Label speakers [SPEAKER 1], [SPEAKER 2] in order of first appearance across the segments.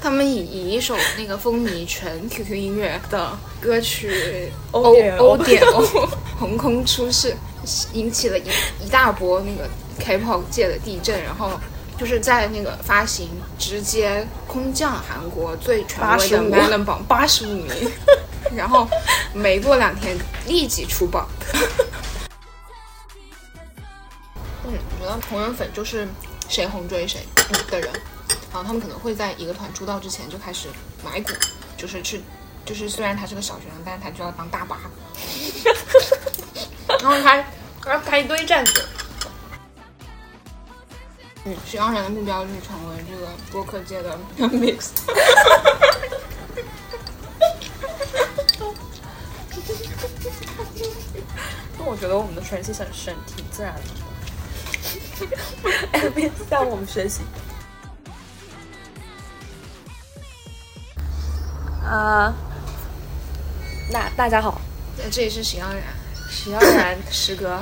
[SPEAKER 1] 他们以以一首那个风靡全 QQ 音乐的歌曲
[SPEAKER 2] 欧
[SPEAKER 1] 欧
[SPEAKER 2] 点欧
[SPEAKER 1] 欧点欧 横空出世，引起了一一大波那个 K-pop 界的地震，然后。就是在那个发行直接空降韩国最权威的
[SPEAKER 2] 85
[SPEAKER 1] Melon 榜八十五名，然后没过两天立即出榜。嗯，我觉得同人粉就是谁红追谁的人，然后他们可能会在一个团出道之前就开始买股，就是去，就是虽然他是个小学生，但是他就要当大巴，然后他
[SPEAKER 2] 然后排一堆站着。
[SPEAKER 1] 嗯，许光然的目标就是成为这个播客界的 mix。
[SPEAKER 2] 那我觉得我们的 transition 是很挺自然 的。哎，别向我们学习。啊、那大家好，
[SPEAKER 1] 呃这里是许光然，
[SPEAKER 2] 许耀然
[SPEAKER 1] 时隔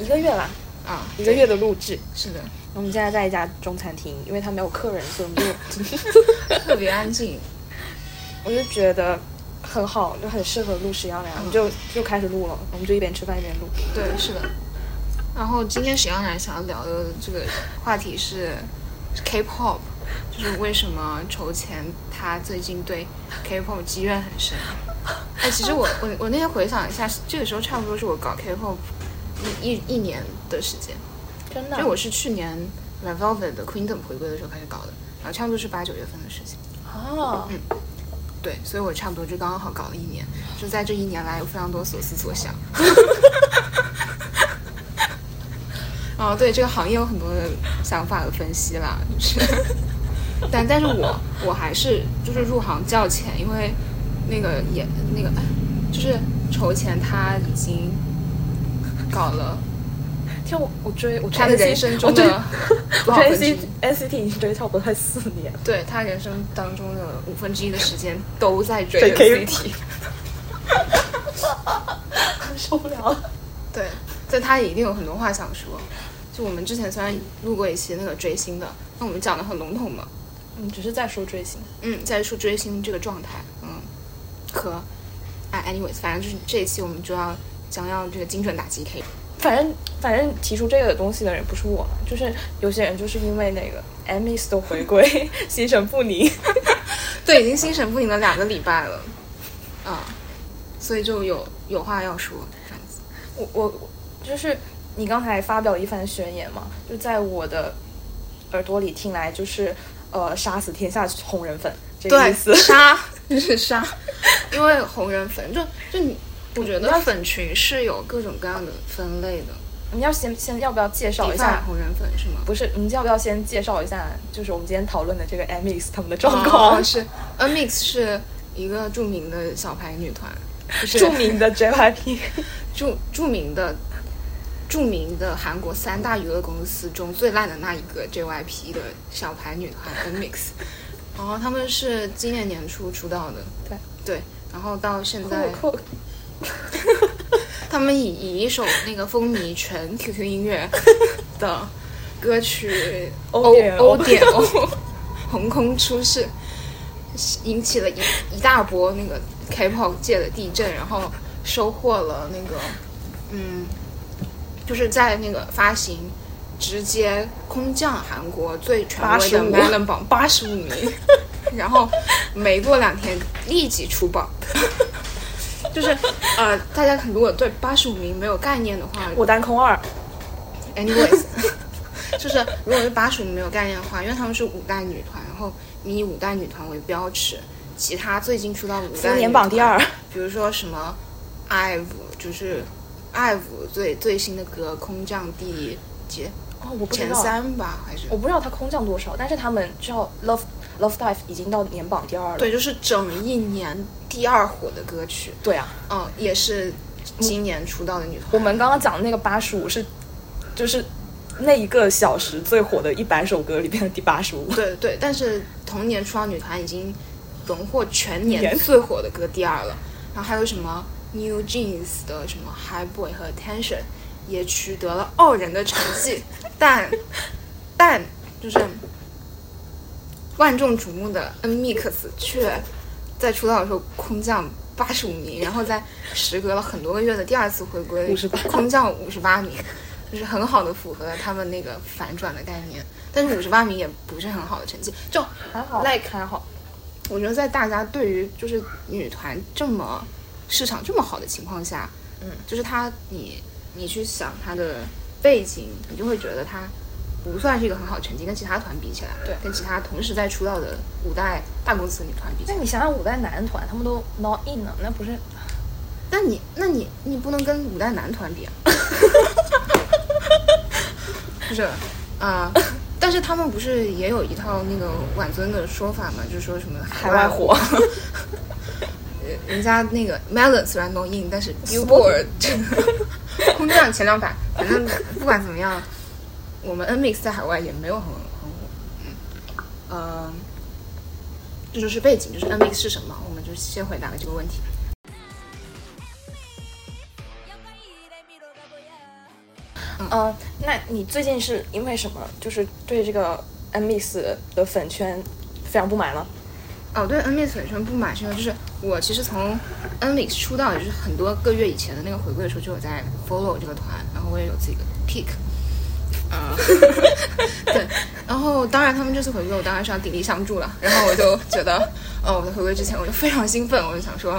[SPEAKER 2] 一个月了，
[SPEAKER 1] 啊
[SPEAKER 2] 一个月的录制。
[SPEAKER 1] 是的，
[SPEAKER 2] 我们现在在一家中餐厅，因为他没有客人，所以 我们就
[SPEAKER 1] 特别安静。
[SPEAKER 2] 我就觉得很好，就很适合录史耀然，我们就就开始录了，我们就一边吃饭一边录。
[SPEAKER 1] 对，是的。然后今天沈阳然想要聊的这个话题是 K-pop，就是为什么筹钱他最近对 K-pop 积怨很深。哎，其实我我我那天回想一下，这个时候差不多是我搞 K-pop 一一一年的时间，
[SPEAKER 2] 真啊
[SPEAKER 1] 因为我是去年 Red Velvet 的 Queendom 回归的时候开始搞的，然后差不多是八九月份的事情。
[SPEAKER 2] 啊，
[SPEAKER 1] 对，所以我差不多就刚刚好搞了一年，就在这一年来有非常多所思所想。 哦，对这个行业有很多的想法和分析啦，就是， 但但是我我还是就是入行较浅，因为那个也那个就是筹钱他已经搞了
[SPEAKER 2] 天，我我追我追
[SPEAKER 1] 他的
[SPEAKER 2] NCT
[SPEAKER 1] 人生中
[SPEAKER 2] 我追
[SPEAKER 1] 的多
[SPEAKER 2] 我
[SPEAKER 1] 少
[SPEAKER 2] 追
[SPEAKER 1] 分之一
[SPEAKER 2] NCT NCT 已经追差不多快四年了。
[SPEAKER 1] 对他人生当中的五分之一的时间都在追
[SPEAKER 2] 对 K-pop
[SPEAKER 1] NCT。
[SPEAKER 2] 受不了了。
[SPEAKER 1] 对，但他也一定有很多话想说。就我们之前虽然录过一期那个追星的，那我们讲的很笼统嘛，
[SPEAKER 2] 嗯，只是在说追星。
[SPEAKER 1] 嗯，在说追星这个状态，嗯，和啊，anyways，反正就是这一期我们就要将要这个精准打击 K，
[SPEAKER 2] 反正反正提出这个东西的人不是我，就是有些人就是因为那个 m i s 的回归心神不宁。
[SPEAKER 1] 对，已经心神不宁了两个礼拜了，啊、所以就有有话要说，这样子，
[SPEAKER 2] 我我就是你刚才发表一番宣言嘛，就在我的耳朵里听来就是呃杀死天下红人粉这个意思。
[SPEAKER 1] 杀就是 杀，因为红人粉就就你，我觉得粉群是有各种各样的分类的，
[SPEAKER 2] 你要先先要不要介绍
[SPEAKER 1] 底
[SPEAKER 2] 一
[SPEAKER 1] 下
[SPEAKER 2] 下？
[SPEAKER 1] 红人粉是吗？
[SPEAKER 2] 不是，你要不要先介绍一下？就是我们今天讨论的这个 m i s 他们的状
[SPEAKER 1] 哦、
[SPEAKER 2] 况，
[SPEAKER 1] 是 Amix 是一个著名的小牌女团，就是
[SPEAKER 2] 著名的 JYP。
[SPEAKER 1] 著著名的著名的韩国三大娱乐公司中最烂的那一个 JYP 的小牌女团 Amix，然后他们是今年年初出道的，
[SPEAKER 2] 对
[SPEAKER 1] 对，然后到现在
[SPEAKER 2] 我靠
[SPEAKER 1] 他们以以一首那个风靡全 QQ 音乐的歌曲
[SPEAKER 2] 欧哦点欧
[SPEAKER 1] 欧点欧 横空出世，引起了一一大波那个 K-pop 界的地震，然后收获了那个嗯，就是在那个发行直接空降韩国最权威的
[SPEAKER 2] 85
[SPEAKER 1] Melon 榜八十五名， 然后没过两天立即出榜。 就是呃，大家如果对八十五名没有概念的话
[SPEAKER 2] 我单空二，
[SPEAKER 1] ，anyways，就是如果对八十五名没有概念的话，因为他们是五代女团，然后你以五代女团为标尺，其他最近出道的五代
[SPEAKER 2] 今
[SPEAKER 1] 女
[SPEAKER 2] 年榜第
[SPEAKER 1] 团
[SPEAKER 2] 二。
[SPEAKER 1] 比如说什么 IVE，就是 IVE 最最新的歌空降第几
[SPEAKER 2] 哦，我不知
[SPEAKER 1] 前
[SPEAKER 2] 道，
[SPEAKER 1] 三吧，还是
[SPEAKER 2] 我不知道他空降多少，但是他们知道 Love Love Dive 已经到年榜第二了。
[SPEAKER 1] 对，就是整一年第二火的歌曲，
[SPEAKER 2] 对啊，
[SPEAKER 1] 嗯，也是今年出道的女团。
[SPEAKER 2] 我们刚刚讲的那个八十五是，就是那一个小时最火的一百首歌里边的第八十五。
[SPEAKER 1] 对对，但是同年出道女团已经荣获全年
[SPEAKER 2] 年
[SPEAKER 1] 最火的歌第二了。然后还有什么 New Jeans 的什么 High Boy 和 Tension 也取得了 傲人的成绩，但但就是万众瞩目的 NMIX 却在出道的时候空降八十五名，然后在时隔了很多个月的第二次回归，
[SPEAKER 2] 58
[SPEAKER 1] 空降五十八名，就是很好的符合了他们那个反转的概念。但是五十八名也不是很好的成绩，就
[SPEAKER 2] 还好，like 还好，
[SPEAKER 1] 我觉得在大家对于就是女团这么市场这么好的情况下，
[SPEAKER 2] 嗯，
[SPEAKER 1] 就是她你你去想她的背景，你就会觉得她不算是一个很好的成绩，跟其他团比起来，
[SPEAKER 2] 对
[SPEAKER 1] 跟其他同时在出道的五代大公司女团比起
[SPEAKER 2] 那
[SPEAKER 1] 来，
[SPEAKER 2] 你想想五代男团，他们都 not in 了，那不是
[SPEAKER 1] 那你那你你不能跟五代男团比啊， 就是啊。但是他们不是也有一套那个晚尊的说法嘛，就是说什么
[SPEAKER 2] 海外
[SPEAKER 1] 火。
[SPEAKER 2] 火？
[SPEAKER 1] 人家那个 Melon 虽然 no in，但是 Billboard 空降前两百，反正不管怎么样，我们 NMIX 在海外也没有很很火。嗯，呃，这就是背景，就是 NMIX 是什么，我们就先回答了这个问题。
[SPEAKER 2] 呃，那你最近是因为什么，就是对这个 MIS 的粉圈非常不满吗？
[SPEAKER 1] 哦，对 NMIX 本身不满是因为就是我其实从 NMIX 出道，也就是很多个月以前的那个回归的时候，就有在 follow 这个团，然后我也有自己的 pick，啊、 对，然后当然他们这次回归，我当然是要鼎力相助了。然后我就觉得，哦，我在回归之前我就非常兴奋，我就想说，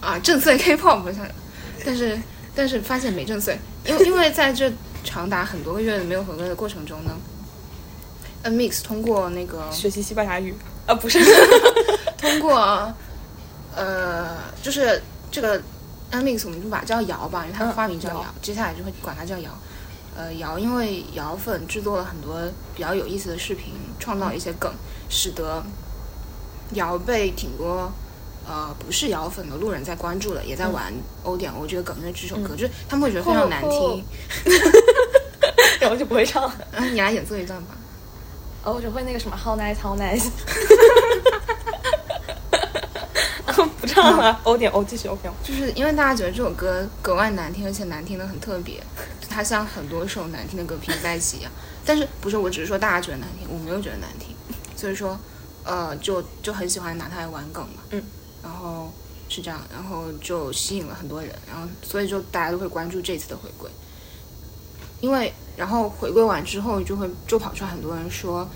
[SPEAKER 1] 啊，震碎 K-pop，我想，但是但是发现没震碎，因为因为在这长达很多个月的没有回归的过程中呢，NMIX 通过那个
[SPEAKER 2] 学习西班牙语啊，不是
[SPEAKER 1] 通过，呃，就是这个 Amix 我们就把它叫瑶吧，因为它的花名叫
[SPEAKER 2] 嗯
[SPEAKER 1] 瑶，接下来就会管它叫瑶。呃，瑶因为瑶粉制作了很多比较有意思的视频，创造了一些梗，使得瑶被挺多呃不是瑶粉的路人在关注了，也在玩
[SPEAKER 2] 嗯
[SPEAKER 1] 欧点欧这个梗，因为这首歌、就是他们会觉得非常难
[SPEAKER 2] 哦
[SPEAKER 1] 听。
[SPEAKER 2] 然后就不会唱了。
[SPEAKER 1] 啊， 你来演奏一段吧。
[SPEAKER 2] 哦，我只会那个什么 How nice, How nice。不唱了，欧点欧哦继续 OK。
[SPEAKER 1] 就是因为大家觉得这首歌格外难听，而且难听的很特别，就它像很多首难听的歌拼在一起一样。但是不是我只是说大家觉得难听，我没有觉得难听，所以说，呃，就就很喜欢拿它来玩梗嘛。
[SPEAKER 2] 嗯，
[SPEAKER 1] 然后是这样，然后就吸引了很多人，然后所以就大家都会关注这次的回归，因为然后回归完之后就会就跑出来很多人说，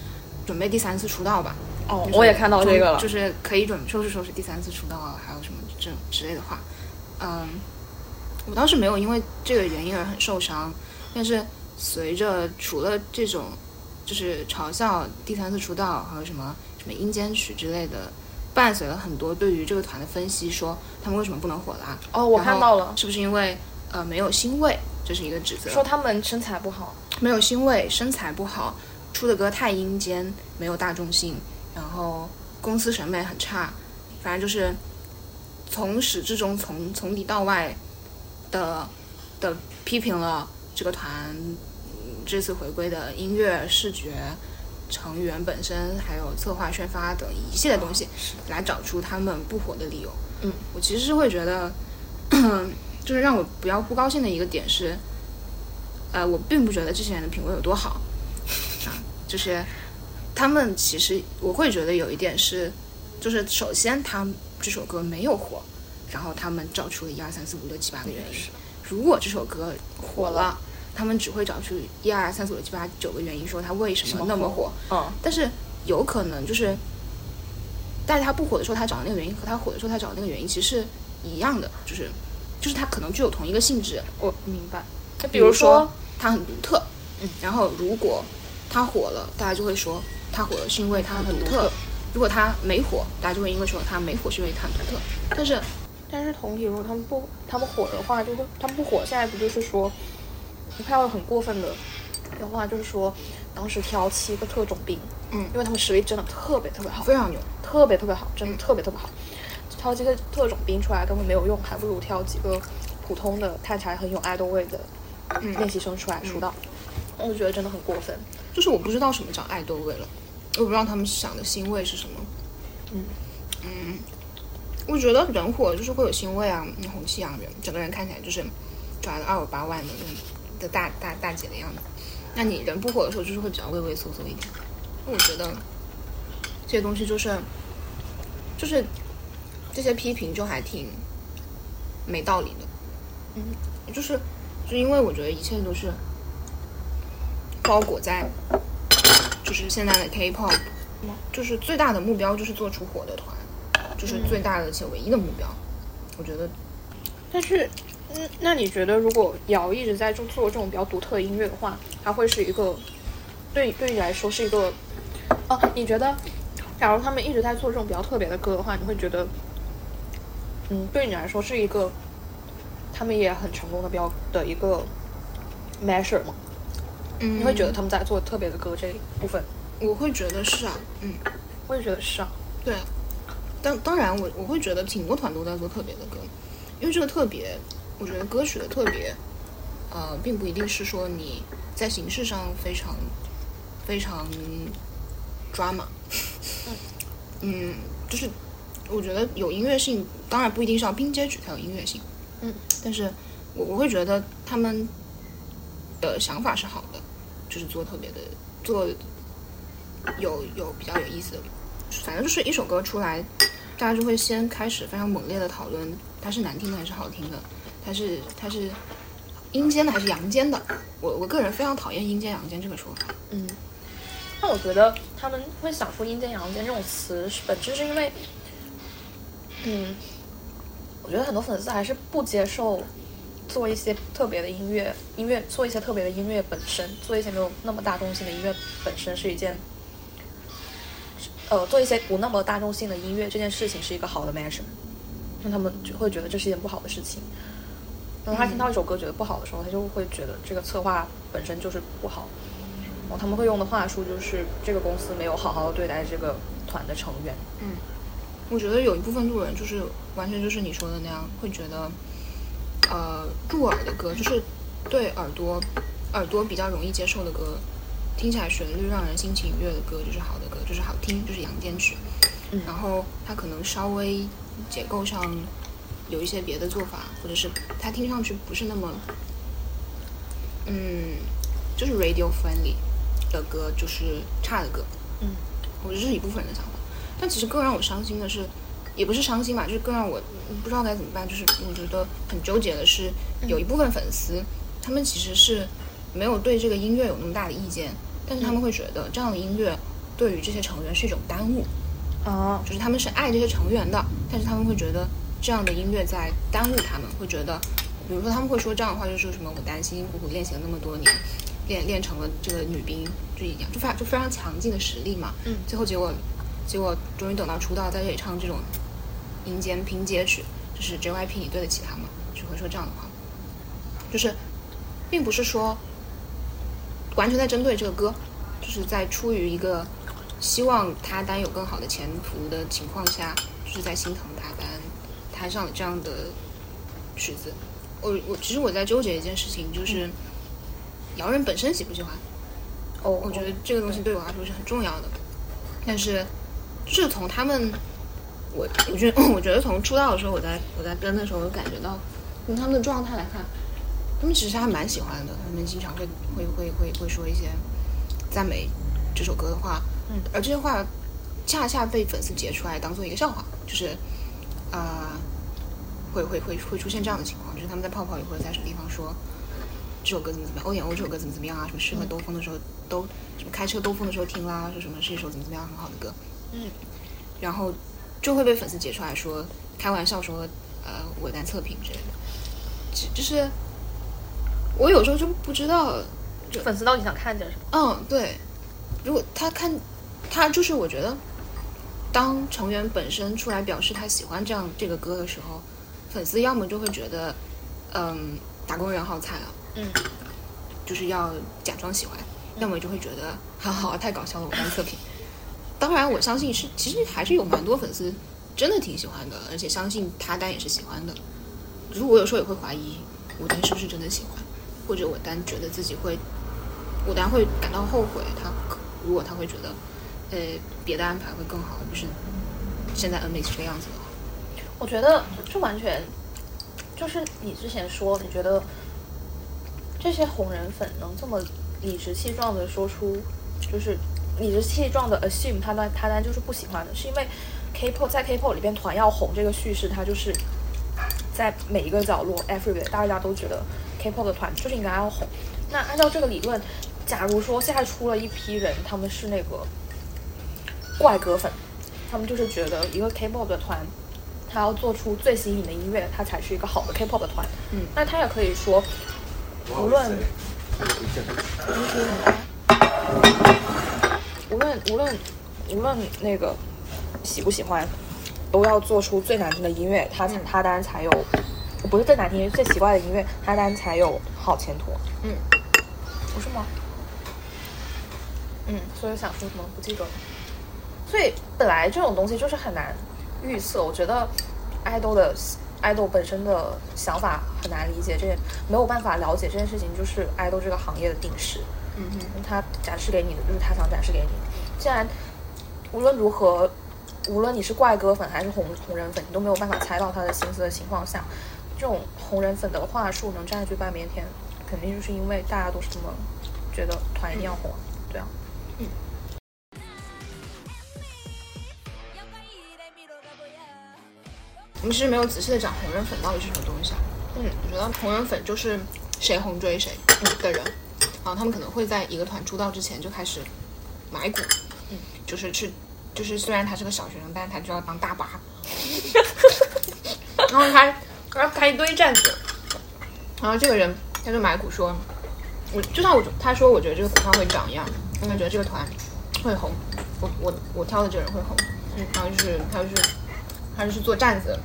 [SPEAKER 1] 准备第三次出道吧。
[SPEAKER 2] 哦
[SPEAKER 1] 就，是
[SPEAKER 2] 我也看到这个了
[SPEAKER 1] 就，是可以准收拾收拾第三次出道啊，还有什么这种之类的话。嗯，我倒是没有因为这个原因而很受伤，但是随着除了这种就是嘲笑第三次出道，还有什么什么阴间曲之类的，伴随了很多对于这个团的分析，说他们为什么不能火啦、
[SPEAKER 2] 哦，我
[SPEAKER 1] 然
[SPEAKER 2] 看
[SPEAKER 1] 后
[SPEAKER 2] 到了，
[SPEAKER 1] 是不是因为呃没有欣慰？这是一个指责，
[SPEAKER 2] 说他们身材不好，
[SPEAKER 1] 没有欣慰，身材不好，出的歌太阴间，没有大众性，然后公司审美很差，反正就是从始至终从从里到外的的批评了这个团嗯这次回归的音乐、视觉、成员本身，还有策划、宣发等一系列东西，来找出他们不火的理由。
[SPEAKER 2] 嗯，
[SPEAKER 1] 我其实是会觉得， 就是让我比较不高兴的一个点是，呃，我并不觉得这些人的品味有多好，啊，就是他们其实我会觉得有一点是，就是首先他这首歌没有火，然后他们找出了一二三四五六七八个原因。如果这首歌火
[SPEAKER 2] 火
[SPEAKER 1] 了，他们只会找出一二三四五六七八九个原因，说它为什么那么火。
[SPEAKER 2] 嗯，
[SPEAKER 1] 但是有可能就是，但是他不火的时候他找的那个原因和他火的时候他找的那个原因其实是一样的，就是就是他可能具有同一个性质，
[SPEAKER 2] 我明白。就比
[SPEAKER 1] 比如
[SPEAKER 2] 如说
[SPEAKER 1] 说，他很独特，嗯，然后如果他火了，大家就会说他火了是因为他很独特；如果他没火，大家就会因为说他没火是因为他很独特。但是
[SPEAKER 2] 但是同体如果他们不他们火的话，就会他们不火，现在不就是说，你看到很过分的的话，就是说当时挑七个特种兵，
[SPEAKER 1] 嗯
[SPEAKER 2] 因为他们实力真的特别特别好，
[SPEAKER 1] 非常牛，
[SPEAKER 2] 特别特别好，真的特别特别好。挑几个特种兵出来根本没有用，还不如挑几个普通的看起来很有爱豆味的练习生出来出道。我觉得真的很过分。
[SPEAKER 1] 就是我不知道什么叫爱豆味了，我不知道他们想的欣慰是什么。嗯嗯，我觉得人火就是会有欣慰啊，你红气养人，整个人看起来就是转了二五八万的那种的大大大姐的样子。那你人不火的时候，就是会比较畏畏缩缩一点。我觉得这些东西就是就是这些批评就还挺没道理的。嗯，就是就因为我觉得一切都是包裹在就是现在的 K-pop，就是最大的目标就是做出火的团，就是最大的且唯一的目标。我觉得
[SPEAKER 2] 但是，嗯，那你觉得如果瑶一直在做做这种比较独特的音乐的话，它会是一个对对你来说是一个哦？你觉得，假如他们一直在做这种比较特别的歌的话，你会觉得，嗯，对你来说是一个他们也很成功的标的一个 measure 吗？
[SPEAKER 1] 嗯
[SPEAKER 2] 你会觉得他们在做特别的歌这一部分？
[SPEAKER 1] 我会觉得是啊，嗯，
[SPEAKER 2] 我也觉得是啊，
[SPEAKER 1] 对啊。当当然我我会觉得挺多团都在做特别的歌，因为这个特别，我觉得歌曲的特别，呃，并不一定是说你在形式上非常非常 drama，嗯，就是我觉得有音乐性，当然不一定是要拼接曲才有音乐性，
[SPEAKER 2] 嗯，
[SPEAKER 1] 但是我我会觉得他们的想法是好的，就是做特别的做有有比较有意思的，反正就是一首歌出来，大家就会先开始非常猛烈的讨论它是难听的还是好听的，它是它是阴间的还是阳间的。我我个人非常讨厌阴间阳间这个说法。
[SPEAKER 2] 嗯，那我觉得他们会想出“阴间”“阳间”这种词，是本质是因为，嗯，我觉得很多粉丝还是不接受做一些特别的音乐，音乐做一些特别的音乐本身，做一些没有那么大众性的音乐本身是一件，呃，做一些不那么大众性的音乐这件事情是一个好的 measure，那他们就会觉得这是一件不好的事情。当他听到一首歌觉得不好的时候，他就会觉得这个策划本身就是不好。然哦后他们会用的话术就是这个公司没有好好对待这个团的成员。
[SPEAKER 1] 我觉得有一部分路人就是完全就是你说的那样，会觉得，呃，入耳的歌就是对耳朵耳朵比较容易接受的歌，听起来旋律让人心情愉悦的歌就是好的歌，就是好听，就是阳间曲。
[SPEAKER 2] 嗯
[SPEAKER 1] 然后它可能稍微结构上有一些别的做法，或者是它听上去不是那么，嗯，就是 radio friendly 的歌就是差的歌。
[SPEAKER 2] 嗯，
[SPEAKER 1] 我觉得这是一部分人的想法。但其实更让我伤心的是，也不是伤心吧，就是更让我嗯不知道该怎么办。就是我觉得很纠结的是，有一部分粉丝，他们其实是没有对这个音乐有那么大的意见，但是他们会觉得这样的音乐对于这些成员是一种耽误，
[SPEAKER 2] 啊，
[SPEAKER 1] 就是他们是爱这些成员的，但是他们会觉得这样的音乐在耽误他们，会觉得，比如说他们会说这样的话，就是什么我担心苦苦练习了那么多年，练练成了这个女兵就一样，就非常就非常强劲的实力嘛。
[SPEAKER 2] 嗯
[SPEAKER 1] 最后结果结果终于等到出道，在这里唱这种阴间拼接曲，就是 JYP 你对得起他吗？只会说这样的话，就是并不是说完全在针对这个歌，就是在出于一个希望他单有更好的前途的情况下，就是在心疼他单摊上了这样的曲子。我我其实我在纠结一件事情，就是姚人本身喜不喜欢，
[SPEAKER 2] 哦，
[SPEAKER 1] 我觉得这个东西对我来说是很重要的。但是，就是从他们，我我觉得 我觉得从出道的时候，我在我在跟的时候，我感觉到从他们的状态来看，他们其实还蛮喜欢的。他们经常会会会会会说一些赞美这首歌的话，
[SPEAKER 2] 嗯，
[SPEAKER 1] 而这些话恰恰被粉丝截出来当做一个笑话，就是呃，会会会会出现这样的情况，就是他们在泡泡里或者在什么地方说。这首歌怎么怎么样，欧演欧这首歌怎么怎么样啊，什么适合兜风的时候兜，什么开车兜风的时候听啦，说什么是一首怎么怎么样很好的歌，
[SPEAKER 2] 嗯，
[SPEAKER 1] 然后就会被粉丝截出来说开玩笑说，呃，我单测评之类的，就就是我有时候就不知道，
[SPEAKER 2] 得哦粉丝到底想看见什么？
[SPEAKER 1] 嗯，对，如果他看他就是我觉得，当成员本身出来表示他喜欢这样这个歌的时候，粉丝要么就会觉得，嗯，打工人好惨啊，
[SPEAKER 2] 嗯，
[SPEAKER 1] 就是要假装喜欢，要么就会觉得哈哈太搞笑了，我当测评。当然，我相信是其实还是有蛮多粉丝真的挺喜欢的，而且相信他单也是喜欢的。只是我有时候也会怀疑我单是不是真的喜欢，或者我单觉得自己会，我单会感到后悔。他可如果他会觉得，呃，别的安排会更好，而不是现在 N 妹是这个样子的话。
[SPEAKER 2] 我觉得这完全就是你之前说，你觉得这些红人粉能这么理直气壮的说出，就是理直气壮的 assume 他单他单就是不喜欢的，是因为 K-pop 在 K-pop 里边团要红这个叙事，它就是在每一个角落 everywhere，大家都觉得 K-pop 的团就是应该要红。那按照这个理论，假如说现在出了一批人，他们是那个怪歌粉，他们就是觉得一个 K-pop 的团，他要做出最新颖的音乐，他才是一个好的 K-pop 的团。
[SPEAKER 1] 嗯，
[SPEAKER 2] 那他也可以说，无论无论无论无论那个喜不喜欢，都要做出最难听的音乐，他才、
[SPEAKER 1] 嗯
[SPEAKER 2] 他当然才有，不是最难听，最奇怪的音乐，他当然才有好前途。
[SPEAKER 1] 嗯，
[SPEAKER 2] 不是吗？嗯，所以想说什么不记得了。所以本来这种东西就是很难预测，我觉得爱豆的爱豆本身的想法很难理解，这件没有办法了解这件事情，就是爱豆这个行业的定势。
[SPEAKER 1] 嗯哼，
[SPEAKER 2] 他展示给你的就是他想展示给你。既然无论如何，无论你是怪哥粉还是红红人粉，你都没有办法猜到他的心思的情况下，这种红人粉的话术能占据半边天，肯定就是因为大家都是这么觉得团一定要红，
[SPEAKER 1] 嗯
[SPEAKER 2] 对啊。
[SPEAKER 1] 我们其实没有仔细的讲红人粉到底是什么东西啊。
[SPEAKER 2] 嗯，
[SPEAKER 1] 我觉得红人粉就是谁红追谁的人，然后他们可能会在一个团出道之前就开始买股，
[SPEAKER 2] 嗯，
[SPEAKER 1] 就是去，就是虽然他是个小学生，但是他就要当大 巴，然后他然后开一堆站子，然后这个人他就买股说，我就算我他说我觉得这个股票会涨一样，他觉得这个团会红，我我我挑的这个人会红，
[SPEAKER 2] 嗯
[SPEAKER 1] 然后就是他就是他就是做站子，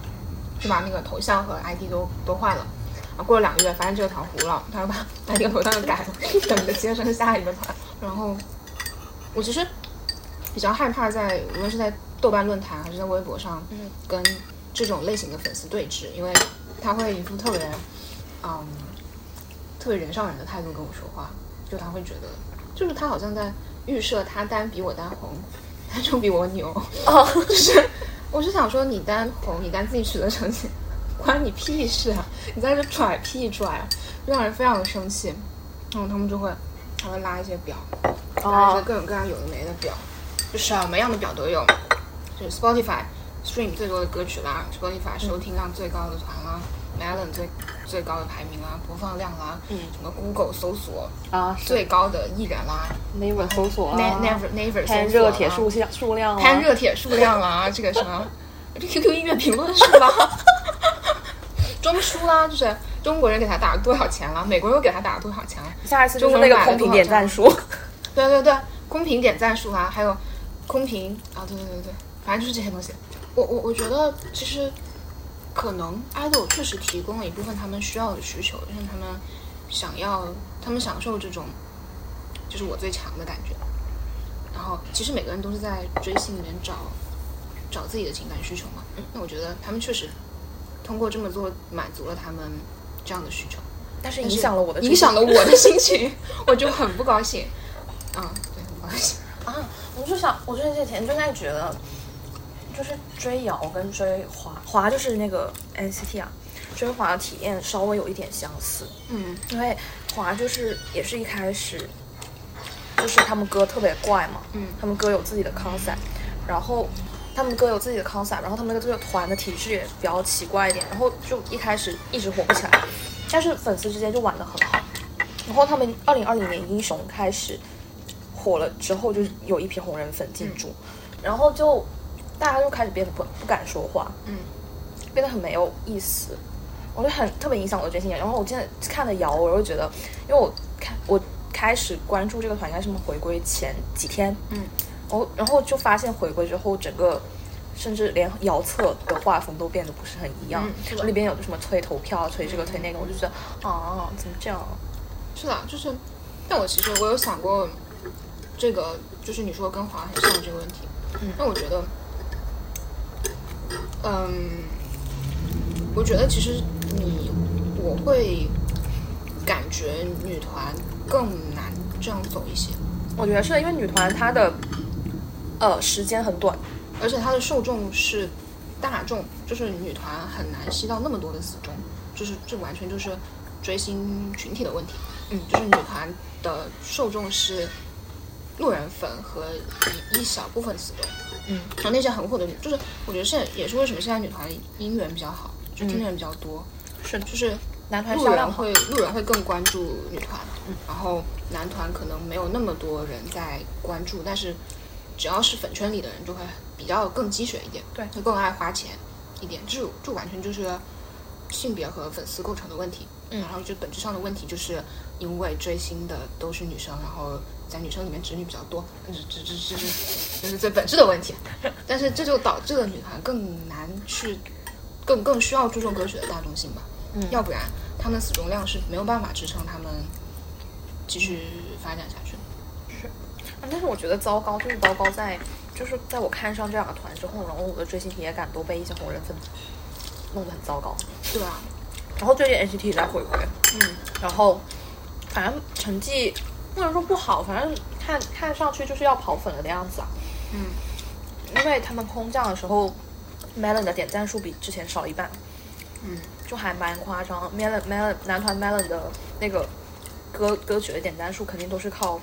[SPEAKER 1] 就把那个头像和 ID 都都换了。啊，过了两个月，发现这个团糊了，他就把把这个头像改了，等着接生下一个团。然后我其实比较害怕在无论是在豆瓣论坛还是在微博上，
[SPEAKER 2] 嗯
[SPEAKER 1] 跟这种类型的粉丝对峙，因为他会一副特别嗯特别人上人的态度跟我说话，就他会觉得就是他好像在预设他单比我单红，他就比我牛。
[SPEAKER 2] 哦，
[SPEAKER 1] 就是，我是想说，你单红，你单自己取得成绩，关你屁事啊！你在这拽屁拽啊，就让人非常的生气。然后他们就会，还会拉一些表，拉
[SPEAKER 2] 哦
[SPEAKER 1] 一些各种各样有的没的表，就什么样的表都有。就是 Spotify stream 最多的歌曲啦，Spotify 收听量最高的团啦、m e l o n 最最高的排名啦，播放量啦，
[SPEAKER 2] 嗯
[SPEAKER 1] 什么 Google 搜索
[SPEAKER 2] 啊，
[SPEAKER 1] 最高的艺人啦、
[SPEAKER 2] 那一本搜索
[SPEAKER 1] n e Never Never 搜
[SPEAKER 2] 看
[SPEAKER 1] 索
[SPEAKER 2] 热
[SPEAKER 1] 啦
[SPEAKER 2] 帖数量数量啊，
[SPEAKER 1] 看热帖数量啦，啊这个什么， 这 QQ 音乐评论数啦，中枢啦，就是中国人给他打了多少钱了，美国人又给他打了多少钱了，
[SPEAKER 2] 下一次就是那个空瓶点赞数，
[SPEAKER 1] 对对对，公屏点赞数啊，还有公屏啊，对对对对，反正就是这些东西。我我我觉得其实可能 idol 确实提供了一部分他们需要的需求，让他们想要， 他们享受这种就是我最强的感觉。然后其实每个人都是在追星里面找找自己的情感需求嘛。那我觉得他们确实通过这么做满足了他们这样的需求。
[SPEAKER 2] 但是
[SPEAKER 1] 但
[SPEAKER 2] 影
[SPEAKER 1] 是
[SPEAKER 2] 响了我的
[SPEAKER 1] 影响了我的心情，我就很不高兴。啊，对，很不高兴。
[SPEAKER 2] 啊，我就想，我这些天就在觉得，就是追瑶跟追华，华就是那个 NCT 啊，追华的体验稍微有一点相似，
[SPEAKER 1] 嗯
[SPEAKER 2] 因为华就是也是一开始，就是他们歌特别怪嘛，
[SPEAKER 1] 嗯
[SPEAKER 2] 他们歌有自己的 concept，然后他们歌有自己的 concept，然后他们那个这个团的体制也比较奇怪一点，然后就一开始一直火不起来，但是粉丝之间就玩的很好，然后他们二零二零年英雄开始火了之后，就有一批红人粉进驻，然后就大家就开始变得不不敢说话，
[SPEAKER 1] 嗯
[SPEAKER 2] 变得很没有意思，我就很特别影响我的追星然后我现在看了瑶，我就觉得，因为我看我开始关注这个团应该是我们回归前几天，
[SPEAKER 1] 嗯，
[SPEAKER 2] 然后然后就发现回归之后，整个甚至连姚策的画风都变得不是很一样
[SPEAKER 1] 嗯是，的
[SPEAKER 2] 里边有什么推投票啊、推这个推那个，我就觉得啊，怎么这样啊？
[SPEAKER 1] 是的，就是，但我其实我有想过，这个就是你说跟华很像这个问题。
[SPEAKER 2] 嗯
[SPEAKER 1] 但我觉得，嗯，我觉得其实你我会感觉女团更难这样走一些，
[SPEAKER 2] 我觉得是因为女团她的呃时间很短，
[SPEAKER 1] 而且它的受众是大众，就是女团很难吸到那么多的死忠，就是这完全就是追星群体的问题。
[SPEAKER 2] 嗯
[SPEAKER 1] 就是女团的受众是路人粉和一一小部分死忠，
[SPEAKER 2] 嗯，
[SPEAKER 1] 然后那些很火的女，就是我觉得现在也是为什么现在女团音源比较好，就听的人比较多，
[SPEAKER 2] 嗯是的，
[SPEAKER 1] 就是
[SPEAKER 2] 男团
[SPEAKER 1] 路
[SPEAKER 2] 销
[SPEAKER 1] 人
[SPEAKER 2] 量好，
[SPEAKER 1] 会路人会更关注女团，然后男团可能没有那么多人在关注，但是只要是粉圈里的人就会比较更积雪一点，
[SPEAKER 2] 对
[SPEAKER 1] 就更爱花钱一点，这这完全就是性别和粉丝构成的问题，
[SPEAKER 2] 嗯
[SPEAKER 1] 然后就本质上的问题就是因为追星的都是女生，然后在女生里面直女比较多，这这这这这这是最本质的问题，但是这就导致了女团更难去。更更需要注重歌曲的大众性吧，
[SPEAKER 2] 嗯
[SPEAKER 1] 要不然他们死忠量是没有办法支撑他们继续发展下去的。
[SPEAKER 2] 啊但是我觉得糟糕，就是糟糕在，就是在我看上这两个团之后，然后我的追星体验感都被一些红人粉弄得很糟糕。
[SPEAKER 1] 对啊，
[SPEAKER 2] 然后最近 NCT 也在回归，
[SPEAKER 1] 嗯，
[SPEAKER 2] 然后反正成绩不能说不好，反正看看上去就是要跑粉了的样子啊。
[SPEAKER 1] 嗯，
[SPEAKER 2] 因为他们空降的时候，Melon 的点赞数比之前少一半，
[SPEAKER 1] 嗯，
[SPEAKER 2] 就还蛮夸张。Melon Melon 男团 Melon 的那个歌歌曲的点赞数肯定都是靠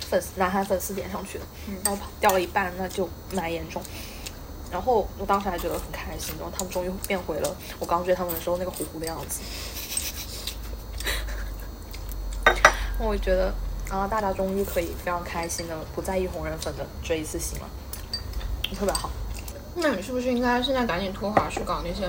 [SPEAKER 2] 粉丝男孩粉丝点上去的，
[SPEAKER 1] 嗯
[SPEAKER 2] 然后跑掉了一半，那就蛮严重。然后我当时还觉得很开心，然后他们终于变回了我刚追他们的时候那个糊糊的样子。我觉得啊，大家终于可以非常开心的不在意红人粉的追一次星了，特别好。
[SPEAKER 1] 那你是不是应该现在赶紧脱滑去搞那些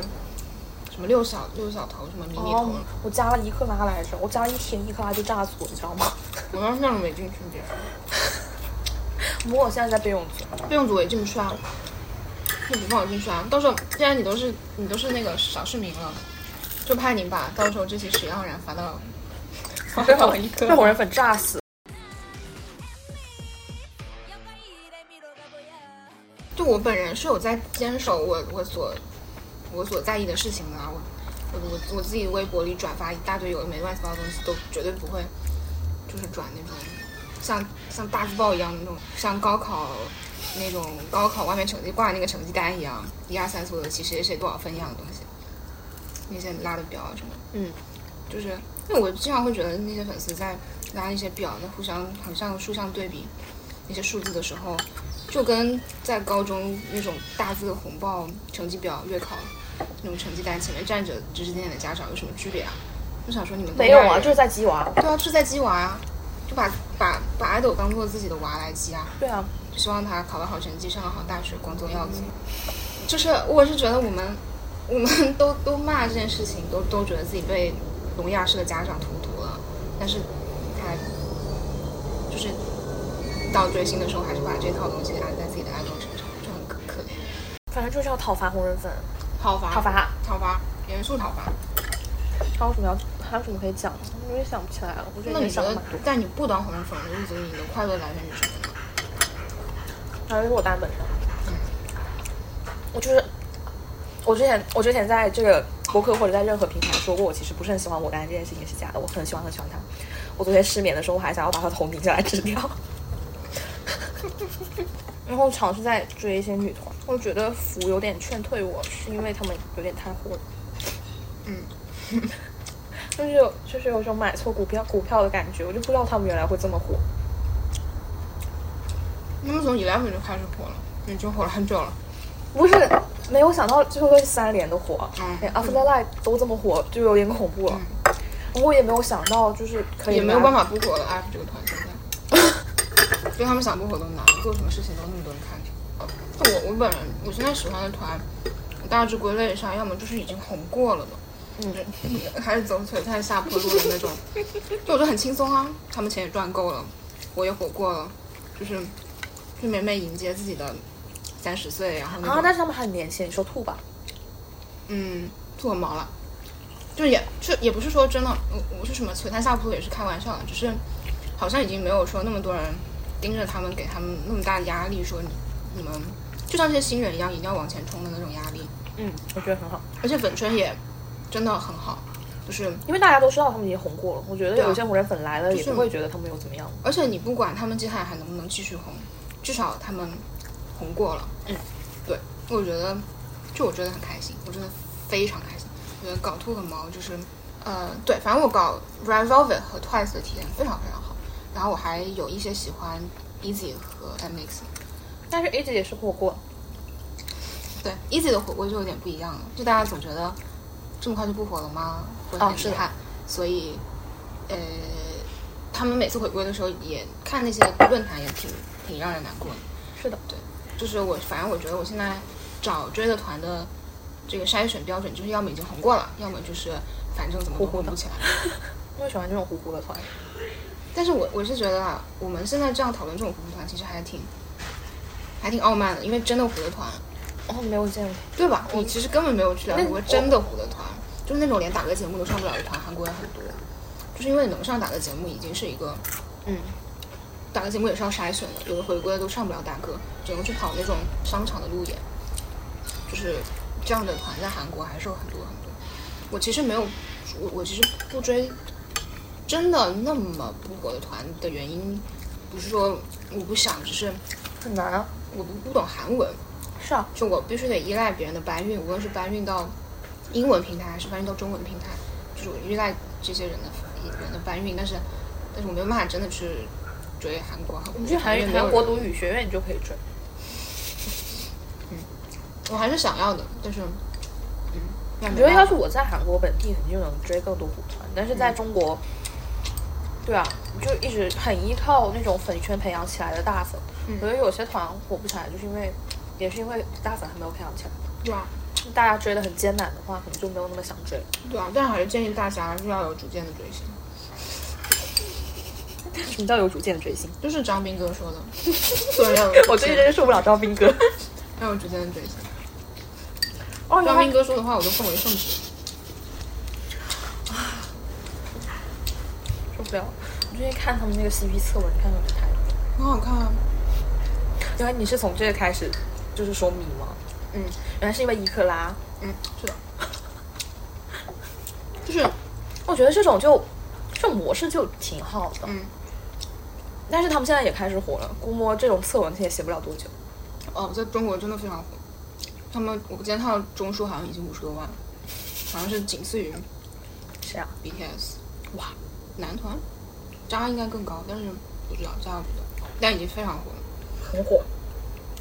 [SPEAKER 1] 什么六小六小头什么迷你头啊
[SPEAKER 2] 哦，我加了一克拉来着，我加了一天一克拉就炸组，你知道吗？
[SPEAKER 1] 我当时那种没进去，别说，
[SPEAKER 2] 不过我现在在备用组，
[SPEAKER 1] 备用组我也进不去啊，你不放我进去啊？到时候既然你都是你都是那个小市民了，就怕你把到时候这些屎盎然发 到发
[SPEAKER 2] 被
[SPEAKER 1] 到
[SPEAKER 2] 红
[SPEAKER 1] 一
[SPEAKER 2] 被红
[SPEAKER 1] 个。
[SPEAKER 2] 人粉炸死。
[SPEAKER 1] 就我本人是有在坚守我我所我所在意的事情的啊，我我我我自己微博里转发一大堆有的没乱七八糟的东西，都绝对不会就是转那种像像大字报一样的那种，像高考那种高考外面成绩挂那个成绩单一样，一二三四五六七谁谁谁多少分一样的东西，那些拉的表啊什么，
[SPEAKER 2] 嗯，
[SPEAKER 1] 就是因为我经常会觉得那些粉丝在拉一些表，在互相横向竖向对比那些数字的时候，就跟在高中那种大字的红报、成绩表、月考那种成绩单前面站着指指点点的家长有什么区别啊？我想说你们都
[SPEAKER 2] 没有
[SPEAKER 1] 外
[SPEAKER 2] 啊，
[SPEAKER 1] 人
[SPEAKER 2] 就是在鸡娃。
[SPEAKER 1] 对啊，就是在鸡娃啊，就把把把爱豆当做自己的娃来鸡啊，
[SPEAKER 2] 对啊，
[SPEAKER 1] 就希望他考到好成绩，上个好大学，光宗耀祖。就是我是觉得我们我们都都骂这件事情，都都觉得自己被聋哑式的家长荼毒了，但是他就是到追星的时候，还是把这套东西安在自己的爱豆身上，就很可可怜。
[SPEAKER 2] 反正就是要讨伐红人粉，
[SPEAKER 1] 讨伐，
[SPEAKER 2] 讨伐。
[SPEAKER 1] 讨伐，严肃讨伐。
[SPEAKER 2] 还有什么要还有什么可以讲的？我有点想不起来了，我最
[SPEAKER 1] 那
[SPEAKER 2] 近
[SPEAKER 1] 你
[SPEAKER 2] 也
[SPEAKER 1] 觉
[SPEAKER 2] 想
[SPEAKER 1] 得
[SPEAKER 2] 了蛮多。
[SPEAKER 1] 在你不当红人粉的日子里，你的快乐来源于什么呢？
[SPEAKER 2] 还是我单本上。我就是，我之前我之前在这个博客或者在任何平台说过，我其实不是很喜欢我单这件事情是假的，我很喜欢很喜欢他。我昨天失眠的时候，我还想要把他头拧下来治掉。然后尝试在追一些女团，我觉得福有点劝退我，是因为他们有点太火了。
[SPEAKER 1] 嗯，
[SPEAKER 2] 就是有就是有种买错股票股票的感觉，我就不知道他们原来会这么火。
[SPEAKER 1] 那么从 Eleven 就开始火了，已经火了很久了。
[SPEAKER 2] 不是没有想到最后都是三连的火，
[SPEAKER 1] 嗯
[SPEAKER 2] 连 After Life 都这么火，就有点恐怖了。不过也没有想到，就是可以
[SPEAKER 1] 也没有办
[SPEAKER 2] 法。
[SPEAKER 1] 法不火了。F 这个团现在， 因为他们想不火都难，做什么事情都那么多人看着。哦就我我本人，我现在喜欢的团，大致归类上，要么就是已经红过了的，嗯，开始走璀璨下坡路的那种，就我觉得很轻松啊，他们钱也赚够了，我也火过了，就是就每每迎接自己的三十岁，然后那
[SPEAKER 2] 啊
[SPEAKER 1] 种！
[SPEAKER 2] 但是他们还很年轻，你说吐吧？
[SPEAKER 1] 嗯，做毛了，就也就也不是说真的，我我是什么璀璨下坡路也是开玩笑的，只是好像已经没有说那么多人盯着他们，给他们那么大的压力，说你你们就像这些新人一样，一定要往前冲的那种压力。
[SPEAKER 2] 嗯，我觉得很好，
[SPEAKER 1] 而且粉圈也真的很好，就是
[SPEAKER 2] 因为大家都知道他们已经红过了。我觉得
[SPEAKER 1] 对啊
[SPEAKER 2] 有一些红人粉来了，
[SPEAKER 1] 就是
[SPEAKER 2] 也不会觉得他们有怎么样。
[SPEAKER 1] 而且你不管他们接下来还能不能继续红，至少他们红过了。
[SPEAKER 2] 嗯，
[SPEAKER 1] 对，我觉得，就我觉得很开心，我真的非常开心。我觉得搞兔和猫就是，呃，对，反正我搞 Red Velvet 和 Twice 的体验非常非常好。然后我还有一些喜欢 Easy 和 MX。
[SPEAKER 2] 但是 A 姐也是火锅，
[SPEAKER 1] 对，Easy 的火锅就有点不一样了，就大家总觉得这么快就不火了吗？或者
[SPEAKER 2] 哦
[SPEAKER 1] 很
[SPEAKER 2] 是
[SPEAKER 1] 厉
[SPEAKER 2] 的
[SPEAKER 1] 害，所以呃，他们每次回归的时候也看那些论坛也挺挺让人难过的。
[SPEAKER 2] 是的，
[SPEAKER 1] 就是我，反正我觉得我现在找追的团的这个筛选标准，就是要么已经红过了，要么就是反正怎么都
[SPEAKER 2] 糊糊
[SPEAKER 1] 混
[SPEAKER 2] 的
[SPEAKER 1] 不起来。
[SPEAKER 2] 因为喜欢这种糊糊的团。
[SPEAKER 1] 但是我我是觉得啊，我们现在这样讨论这种糊涂团，其实还挺还挺傲慢的，因为真的糊的团，嗯
[SPEAKER 2] 哦，没有见过，
[SPEAKER 1] 对吧？你其实根本没有去了解
[SPEAKER 2] 嗯那
[SPEAKER 1] 过
[SPEAKER 2] 我
[SPEAKER 1] 真的糊的团，就是那种连打歌节目都上不了的团，韩国也很多。就是因为能上打歌节目，已经是一个
[SPEAKER 2] 嗯，
[SPEAKER 1] 打歌节目也是要筛选的，有的回归都上不了打歌，只能去跑那种商场的路演。就是这样的团在韩国还是有很多很多。我其实没有，我我其实不追真的那么不火的团的原因，不是说我不想，只是
[SPEAKER 2] 很难啊。
[SPEAKER 1] 我不不懂韩文，
[SPEAKER 2] 是啊，
[SPEAKER 1] 就我必须得依赖别人的搬运，无论是搬运到英文平台还是搬运到中文平台，就是我依赖这些人的人的搬运，但是但是我没有办法真的去追韩国，
[SPEAKER 2] 你去韩
[SPEAKER 1] 因为没有
[SPEAKER 2] 韩国
[SPEAKER 1] 人
[SPEAKER 2] 读语学院，你就可以追。
[SPEAKER 1] 我还是想要的，但是嗯，那
[SPEAKER 2] 我
[SPEAKER 1] 没
[SPEAKER 2] 觉得
[SPEAKER 1] 办
[SPEAKER 2] 要
[SPEAKER 1] 法
[SPEAKER 2] 是我在韩国本地，肯定能追更多舞团，但是在中国，对啊，就一直很依靠那种粉圈培养起来的大粉。我觉得有些团火不起来，就是因为也是因为大粉还没有培养起来，
[SPEAKER 1] 对啊
[SPEAKER 2] 大家追的很艰难的话，可能就没有那么想追。
[SPEAKER 1] 对啊，但还是建议大家是要有主见的追星，
[SPEAKER 2] 什么叫有主见的追星？
[SPEAKER 1] 就是张斌哥 说的，所以要有
[SPEAKER 2] 我
[SPEAKER 1] 主
[SPEAKER 2] 最近
[SPEAKER 1] 见
[SPEAKER 2] 真是受不了张斌哥。
[SPEAKER 1] 要有主见的追星。
[SPEAKER 2] 哦，
[SPEAKER 1] 张斌
[SPEAKER 2] 哥，
[SPEAKER 1] 哥说的话我都奉为圣旨。
[SPEAKER 2] 受不了！我最近看他们那个 CP 测文，看的很开心。
[SPEAKER 1] 很好看啊，
[SPEAKER 2] 原来你是从这个开始，就是说迷吗？
[SPEAKER 1] 嗯
[SPEAKER 2] 原来是因为伊克拉。
[SPEAKER 1] 嗯，是的，就是
[SPEAKER 2] 我觉得这种就这种模式就挺好的。
[SPEAKER 1] 嗯。
[SPEAKER 2] 但是他们现在也开始火了，估摸这种测文也写不了多久。
[SPEAKER 1] 哦，在中国真的非常火。他们我今天看到中枢好像已经五十多万了，好像是仅次于
[SPEAKER 2] 谁啊？
[SPEAKER 1] BTS
[SPEAKER 2] 哇，
[SPEAKER 1] 男团，渣应该更高，但是不知道渣我不知道，但已经非常火了。
[SPEAKER 2] 很火。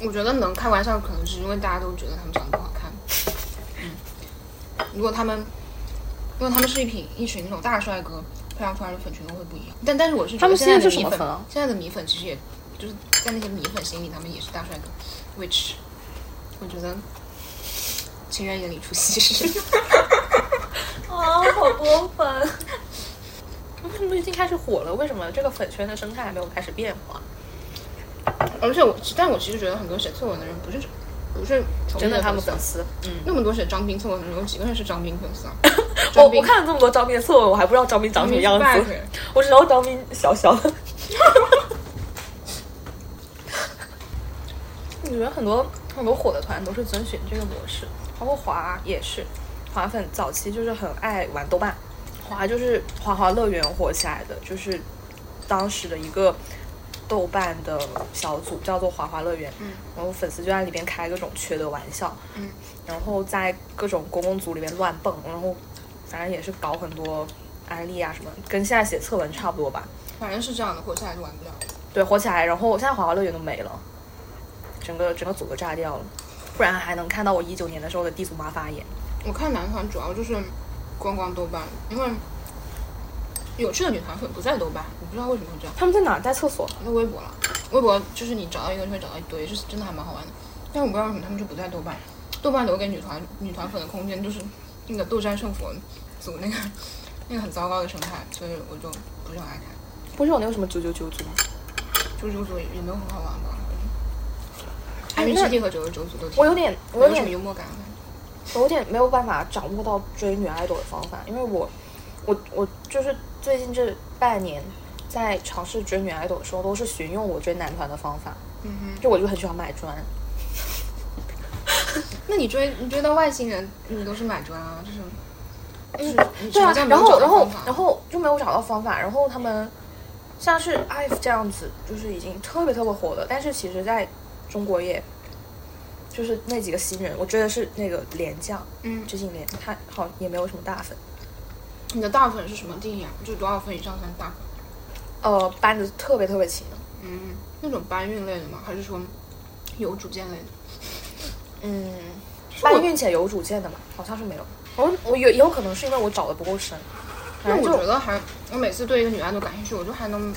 [SPEAKER 1] 我觉得能开玩笑，可能是因为大家都觉得他们长得不好看。嗯，如果他们，如果他们是一群一群那种大帅哥，培养出来的粉群都会不一样。但但是我是觉得
[SPEAKER 2] 他们
[SPEAKER 1] 现在
[SPEAKER 2] 现在
[SPEAKER 1] 的
[SPEAKER 2] 是
[SPEAKER 1] 米
[SPEAKER 2] 什么
[SPEAKER 1] 粉
[SPEAKER 2] 粉啊
[SPEAKER 1] 现在的米粉其实也就是在那些米粉心里，他们也是大帅哥，which 我觉得情人眼里出西施。
[SPEAKER 2] 啊，好多粉。他们已经开始火了，为什么这个粉圈的生态还没有开始变化？
[SPEAKER 1] 而且我，但我其实觉得很多写作文的人不是不是从
[SPEAKER 2] 真的，
[SPEAKER 1] 业
[SPEAKER 2] 他们
[SPEAKER 1] 粉
[SPEAKER 2] 粉
[SPEAKER 1] 丝啊
[SPEAKER 2] 丝，嗯，？
[SPEAKER 1] 那么多写张斌作文的人，有几个人是张斌粉丝啊
[SPEAKER 2] 我
[SPEAKER 1] 张斌
[SPEAKER 2] 哦我看了这么多张斌的测文，我还不知道张斌长
[SPEAKER 1] 张
[SPEAKER 2] 什么
[SPEAKER 1] 斌
[SPEAKER 2] 样
[SPEAKER 1] 是 bug
[SPEAKER 2] 子，
[SPEAKER 1] 人
[SPEAKER 2] 我只知道张斌小小 的。我觉得很多很多火的团都是遵循这个模式，包括华也是，华粉早期就是很爱玩豆瓣，华就是华华乐园火起来的，就是当时的一个豆瓣的小组叫做华华乐园，
[SPEAKER 1] 嗯
[SPEAKER 2] 然后粉丝就在里边开各种缺德玩笑，
[SPEAKER 1] 嗯
[SPEAKER 2] 然后在各种公共组里面乱蹦，然后反正也是搞很多安利啊什么，跟现在写测文差不多吧。
[SPEAKER 1] 反正是这样的，活下来就玩不了。
[SPEAKER 2] 对，火起来，然后现在华华乐园都没了，整个整个组都炸掉了，不然还能看到我一九年的时候的地组妈发言。
[SPEAKER 1] 我看男团主要就是逛逛豆瓣，因为有趣的女团粉不在豆瓣，我不知道为什么会这样。
[SPEAKER 2] 他们在哪儿？在厕所。
[SPEAKER 1] 在微博了，微博就是你找到一个就会找到一堆，是真的还蛮好玩的。但我不知道为什么他们就不在豆瓣，豆瓣留给女团女团粉的空间就是那个斗战胜佛组那个那个很糟糕的生态，所以我就不是很爱看。
[SPEAKER 2] 不是有那个什么九九九组吗？
[SPEAKER 1] 九九组也没有很好玩吧？
[SPEAKER 2] 哎
[SPEAKER 1] 艾米
[SPEAKER 2] 那
[SPEAKER 1] 师弟和九九九组都挺，
[SPEAKER 2] 我有点，我有
[SPEAKER 1] 没什
[SPEAKER 2] 点
[SPEAKER 1] 么幽默感的。
[SPEAKER 2] 我有点没有办法掌握到追女爱豆的方法，因为我，我我就是最近这半年在尝试追女爱豆的时候，都是寻用我追男团的方法，
[SPEAKER 1] 嗯哼。
[SPEAKER 2] 就我就很喜欢买砖，
[SPEAKER 1] 那你追你追到外星人，你都是买砖啊？就是，就是你
[SPEAKER 2] 对啊，
[SPEAKER 1] 什么叫没
[SPEAKER 2] 然
[SPEAKER 1] 有找到
[SPEAKER 2] 后然后
[SPEAKER 1] 方法
[SPEAKER 2] 然后就没有找到方法，然后他们像是 IVE 这样子，就是已经特别特别火了，但是其实在中国也，就是那几个新人，我追的是那个廉将，
[SPEAKER 1] 嗯，
[SPEAKER 2] 知性廉，他好也没有什么大粉，
[SPEAKER 1] 你的大粉是什么定义啊？就多少分以上算大粉？
[SPEAKER 2] 呃搬的特别特别勤。
[SPEAKER 1] 嗯，那种搬运类的吗？还是说有主见类的？
[SPEAKER 2] 嗯，搬运且有主见的嘛，好像是没有。我我有也有可能是因为我找的不够深。
[SPEAKER 1] 那
[SPEAKER 2] 反
[SPEAKER 1] 我
[SPEAKER 2] 正就
[SPEAKER 1] 觉得还，我每次对一个女爱豆感兴趣，我就还能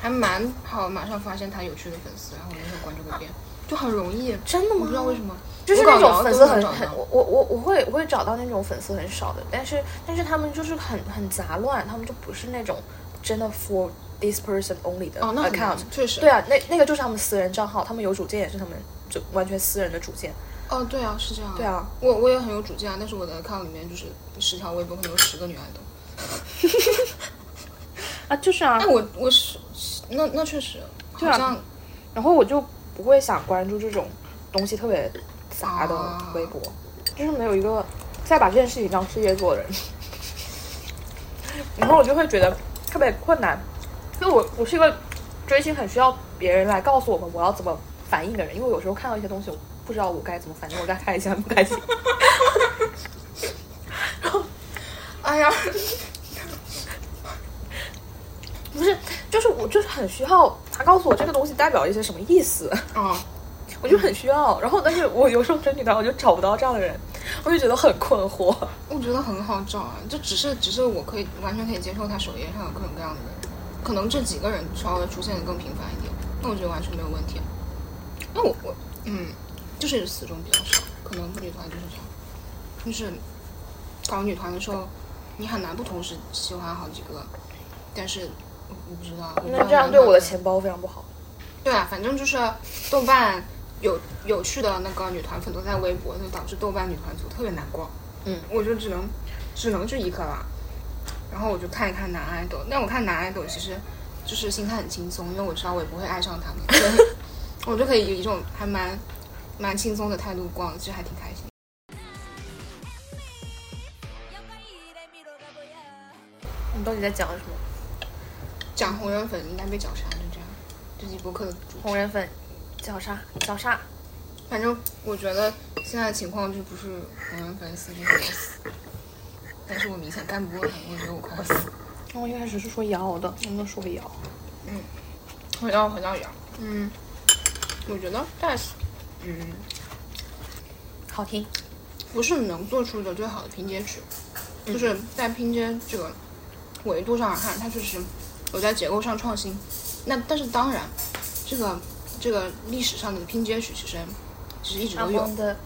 [SPEAKER 1] 还蛮好，马上发现她有趣的粉丝，然后我就会关注个遍，就很容易。
[SPEAKER 2] 真的
[SPEAKER 1] 我
[SPEAKER 2] 吗？
[SPEAKER 1] 不知道为什么，
[SPEAKER 2] 就是
[SPEAKER 1] 我搞
[SPEAKER 2] 那种
[SPEAKER 1] 摇
[SPEAKER 2] 粉
[SPEAKER 1] 都
[SPEAKER 2] 丝
[SPEAKER 1] 能
[SPEAKER 2] 很
[SPEAKER 1] 找
[SPEAKER 2] 很
[SPEAKER 1] 到
[SPEAKER 2] 我我我我会我会找到那种粉丝很少的，但是但是他们就是很很杂乱，他们就不是那种真的 for this person only 的
[SPEAKER 1] 哦，那很
[SPEAKER 2] 嗯 account。
[SPEAKER 1] 难确实。
[SPEAKER 2] 对啊，那那个就是他们私人账号，他们有主见也是他们就完全私人的主见。
[SPEAKER 1] 哦，对啊，是这样。
[SPEAKER 2] 对，啊，
[SPEAKER 1] 我我也很有主见啊，但是我的 account 里面就是十条微博，可能有十个女爱豆。
[SPEAKER 2] 啊就是啊
[SPEAKER 1] 哎，我我是那那确实，
[SPEAKER 2] 对
[SPEAKER 1] 好
[SPEAKER 2] 啊
[SPEAKER 1] 像
[SPEAKER 2] 然后我就不会想关注这种东西特别杂的
[SPEAKER 1] 啊
[SPEAKER 2] 微博，就是没有一个再把这件事情当事业做的人。然后我就会觉得特别困难，因为我我是一个追星很需要别人来告诉我们我要怎么反应的人，因为我有时候看到一些东西，我不知道我该怎么反应，我该开心还是不开心。
[SPEAKER 1] 哎 呀，
[SPEAKER 2] 不是，就是我就是很需要他告诉我这个东西代表一些什么意思。
[SPEAKER 1] 哦，
[SPEAKER 2] 我就很需要。然后，但是我有时候追女团，我就找不到这样的人，我就觉得很困惑。
[SPEAKER 1] 我觉得很好找啊，就只是只是我可以完全可以接受他首页上有各种各样的人，可能这几个人稍微出现的更频繁一点，那我觉得完全没有问题。啊那我我嗯，就是死忠比较少，可能女团就是这样，就是搞女团的时候，你很难不同时喜欢好几个，但是我我不知道，我不知
[SPEAKER 2] 那
[SPEAKER 1] 道
[SPEAKER 2] 这样
[SPEAKER 1] 能
[SPEAKER 2] 对我
[SPEAKER 1] 不
[SPEAKER 2] 的
[SPEAKER 1] 能
[SPEAKER 2] 钱包非常不好。
[SPEAKER 1] 对啊，反正就是豆瓣有有趣的那个女团粉都在微博，就导致豆瓣女团组特别难逛。
[SPEAKER 2] 嗯，
[SPEAKER 1] 我就只能只能去一个了。然后我就看一看男爱豆，但我看男爱豆其实就是心态很轻松，因为我知道我也不会爱上他们，所以我就可以有一种还蛮蛮轻松的态度逛，其实还挺开心。
[SPEAKER 2] 你到底在讲什么？
[SPEAKER 1] 讲红人粉应该被绞杀，就这样。这期播客的主
[SPEAKER 2] 红人粉，绞杀，绞杀。
[SPEAKER 1] 反正我觉得现在的情况就不是红人粉丝就是我死，但是我明显干不过他们，我觉得我快要死。
[SPEAKER 2] 然哦后一开始是说瑶的，能不能说瑶？
[SPEAKER 1] 回到回到杨，嗯，我觉得但是，嗯，
[SPEAKER 2] 好听。
[SPEAKER 1] 不是你能做出的最好的拼接曲，就是在拼接这个维度上来看，它确实有在结构上创新。那但是当然，这个这个历史上的拼接曲其实其实一直都有，
[SPEAKER 2] 的，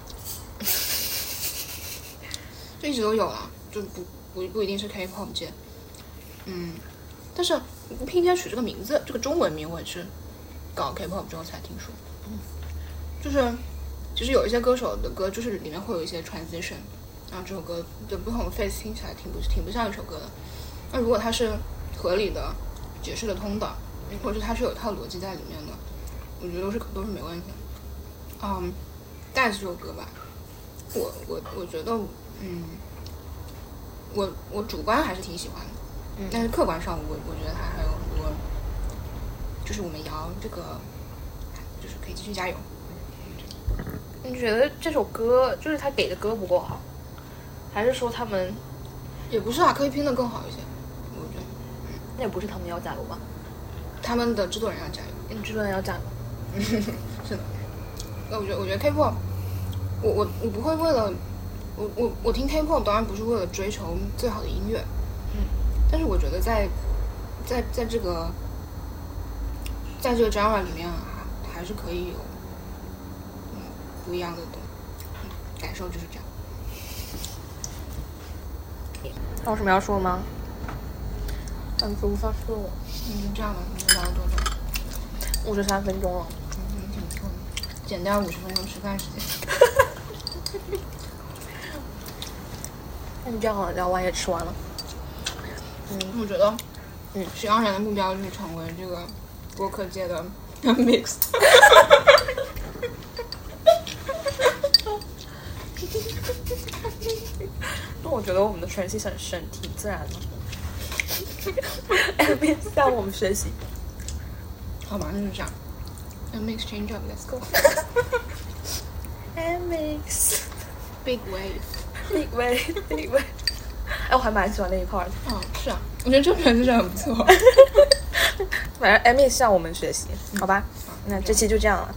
[SPEAKER 1] 就一直都有了，就不不不一定是 K-pop 界，嗯，但是拼贴曲这个名字，这个中文名我也是搞 K-pop 之后才听说，嗯，就是其实有一些歌手的歌，就是里面会有一些 transition，然后这首歌的不同的 phase 听起来挺不挺不像一首歌的，那如果它是合理的、解释得通的，或者是它是有一套逻辑在里面的，我觉得都是都是没问题的，嗯，带这首歌吧。我我我觉得嗯，我我主观还是挺喜欢的，
[SPEAKER 2] 嗯
[SPEAKER 1] 但是客观上我我觉得他还有很多，就是我们摇这个，就是可以继续加油。
[SPEAKER 2] 你觉得这首歌就是他给的歌不够好，还是说他们
[SPEAKER 1] 也不是啊，可以拼的更好一些，我觉得
[SPEAKER 2] 那也不是他们要加油吧？
[SPEAKER 1] 他们的制作人要加油。
[SPEAKER 2] 你制作人要加油。
[SPEAKER 1] 是的，那呃我觉得我觉得 K-pop，我我我不会为了我我我听 K-pop 当然不是为了追求最好的音乐，
[SPEAKER 2] 嗯，
[SPEAKER 1] 但是我觉得在在在这个在这个 genre 里面啊，还是可以有嗯不一样的东嗯感受，就是这样。
[SPEAKER 2] 还有什么要说的吗？嗯，无法说，
[SPEAKER 1] 嗯，这样吧，你们聊了多久？
[SPEAKER 2] 五十三分钟了。
[SPEAKER 1] 嗯，挺不错的，减掉五十分钟吃饭时间。
[SPEAKER 2] 那你这样了，聊完也吃完了。
[SPEAKER 1] 我觉得，
[SPEAKER 2] 嗯，
[SPEAKER 1] 许昂然的目标就是成为这个播客界的 mix。
[SPEAKER 2] 那我觉得我们的学习很深，挺自 然的。哎，别向我们学习。
[SPEAKER 1] 好吧，那就这样。And mix change up, let's go.
[SPEAKER 2] Mix
[SPEAKER 1] Big wave.
[SPEAKER 2] Big Way Big Way。哎，我还蛮喜欢那一
[SPEAKER 1] Oh,
[SPEAKER 2] part 的。
[SPEAKER 1] 哦，是啊，我觉得这个人真的很不错。
[SPEAKER 2] 反正 Amy 向我们学习，好吧？那这期就这样了。